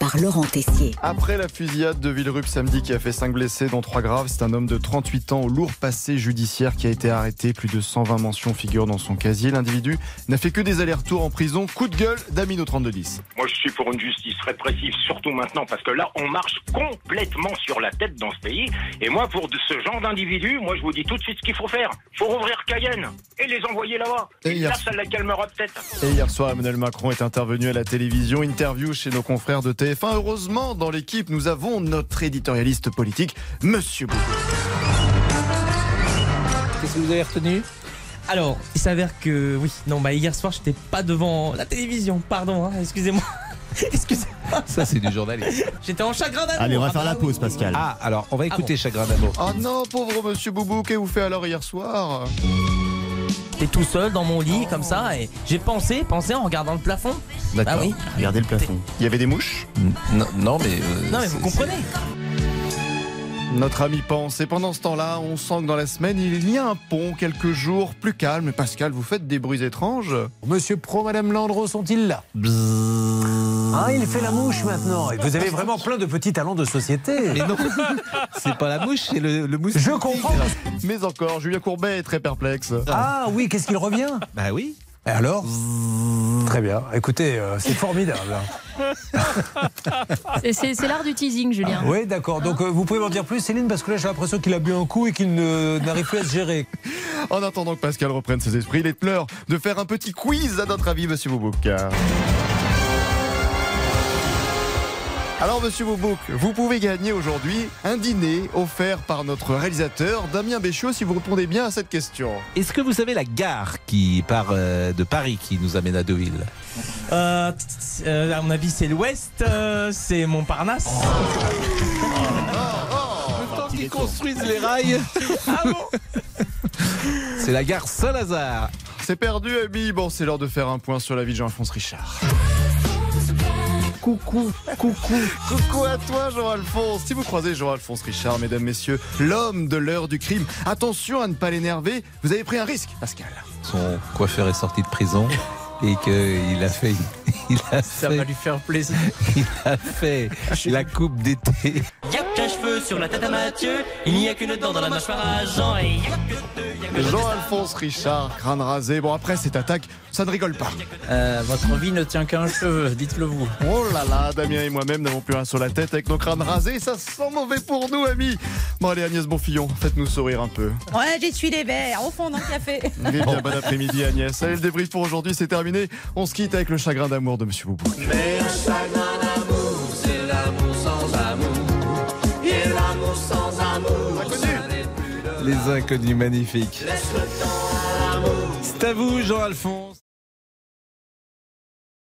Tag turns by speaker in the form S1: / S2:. S1: par Laurent Tessier.
S2: Après la fusillade de Villerup samedi qui a fait 5 blessés dont 3 graves, c'est un homme de 38 ans au lourd passé judiciaire qui a été arrêté. Plus de 120 mentions figurent dans son casier. L'individu n'a fait que des allers-retours en prison. Coup de gueule d'Amino 3210.
S3: Moi, je suis pour une justice répressive, surtout maintenant, parce que là, on marche complètement sur la tête dans ce pays. Et moi, pour de- ce genre d'individu, moi, je vous dis tout de suite ce qu'il faut faire. Faut rouvrir Cayenne et les envoyer là-bas.
S2: Et
S3: Et
S2: il y a-
S3: là, ça la calmera peut-être.
S2: Et hier soir, Emmanuel Macron est intervenu à la télévision. Interview chez nos confrères de TF1. Heureusement, dans l'équipe, nous avons notre éditorialiste politique, Monsieur Boubou.
S4: Qu'est-ce que vous avez retenu
S5: Alors, il s'avère que oui, non, bah hier soir, j'étais pas devant la télévision, pardon, hein, excusez-moi. Excusez-moi,
S6: Ça, c'est du journaliste.
S5: j'étais en chagrin d'amour.
S7: Allez, on va
S5: Ah
S7: faire
S5: bah
S7: la
S5: oui,
S7: pause,
S5: oui,
S7: Pascal.
S6: Ah, alors, on va
S5: bon.
S6: écouter Chagrin d'amour.
S2: Ah non, pauvre Monsieur Boubou, qu'avez-vous fait alors hier soir
S5: oui. J'étais bah, tout seul dans mon lit, comme ça, et j'ai pensé, pensé en regardant le plafond. Bah oui,
S2: Regardez le plafond. Il y avait des mouches
S6: Non, non, mais. euh,
S5: non, mais vous
S6: c'est-
S5: comprenez.
S2: Notre ami pense, et pendant ce temps-là, on sent que dans la semaine, il y a un pont, quelques jours plus calme. Pascal, vous faites des bruits étranges
S8: Monsieur Pro, Madame Landreau sont-ils là Ah, il fait la mouche maintenant. Et vous avez vraiment plein de petits talents de société.
S6: Mais non, c'est pas la mouche, c'est le, le mousse.
S8: Je comprends.
S2: Mais encore, Julien Courbet est très perplexe.
S8: Ah oui, qu'est-ce qu'il revient
S6: Bah oui.
S8: Et alors Très bien. Écoutez, euh, c'est formidable.
S9: C'est- C'est c'est l'art du teasing, Julien.
S8: Oui, d'accord. Donc euh, vous pouvez m'en dire plus, Céline, parce que là j'ai l'impression qu'il a bu un coup et qu'il ne- n'arrive plus à se gérer.
S2: En attendant que Pascal reprenne ses esprits, il est l'heure de faire un petit quiz à notre avis, Monsieur Boubouk. Alors, Monsieur Boubouk, vous pouvez gagner aujourd'hui un dîner offert par notre réalisateur Damien Béchiot si vous répondez bien à cette question.
S6: Est-ce que vous savez la gare qui part euh, de Paris qui nous amène à Deauville
S5: Euh, t- t- euh, à mon avis, c'est l'Ouest, euh, c'est Montparnasse.
S6: Le temps qu'ils construisent les rails. Ah C'est la gare Saint-Lazare.
S2: C'est perdu, Abby. Bon, c'est l'heure de faire un point sur la vie de Jean-Alphonse Richard. Coucou, coucou, coucou à toi, Jean-Alphonse. Si vous croisez Jean-Alphonse Richard, mesdames, messieurs, l'homme de l'heure du crime, attention à ne pas l'énerver. Vous avez pris un risque, Pascal.
S6: Son coiffeur est sorti de prison et qu'il a fait. Il a
S4: Ça va
S6: fait,
S4: lui faire plaisir.
S6: il a fait la coupe d'été.
S5: Y'a qu'un cheveu sur la tête à Mathieu, il n'y a qu'une dent dans la mâchoire à Jean, et
S2: Jean-Alphonse Richard, crâne rasé. Bon, après cette attaque, ça ne rigole pas.
S4: Euh, votre vie ne tient qu'à un cheveu, dites-le vous.
S2: Oh là là, Damien et moi-même n'avons plus un sur la tête avec nos crânes rasés. Ça sent mauvais pour nous, amis. Bon, allez, Agnès Bonfillon, faites-nous sourire un peu.
S10: Ouais, j'essuie les verres au fond d'un café.
S2: Eh bien, bon après-midi Agnès. Allez, le débrief pour aujourd'hui, c'est terminé. On se quitte avec le chagrin d'amour de Monsieur Boubou.
S6: Les inconnus magnifiques. C'est à vous, Jean-Alphonse.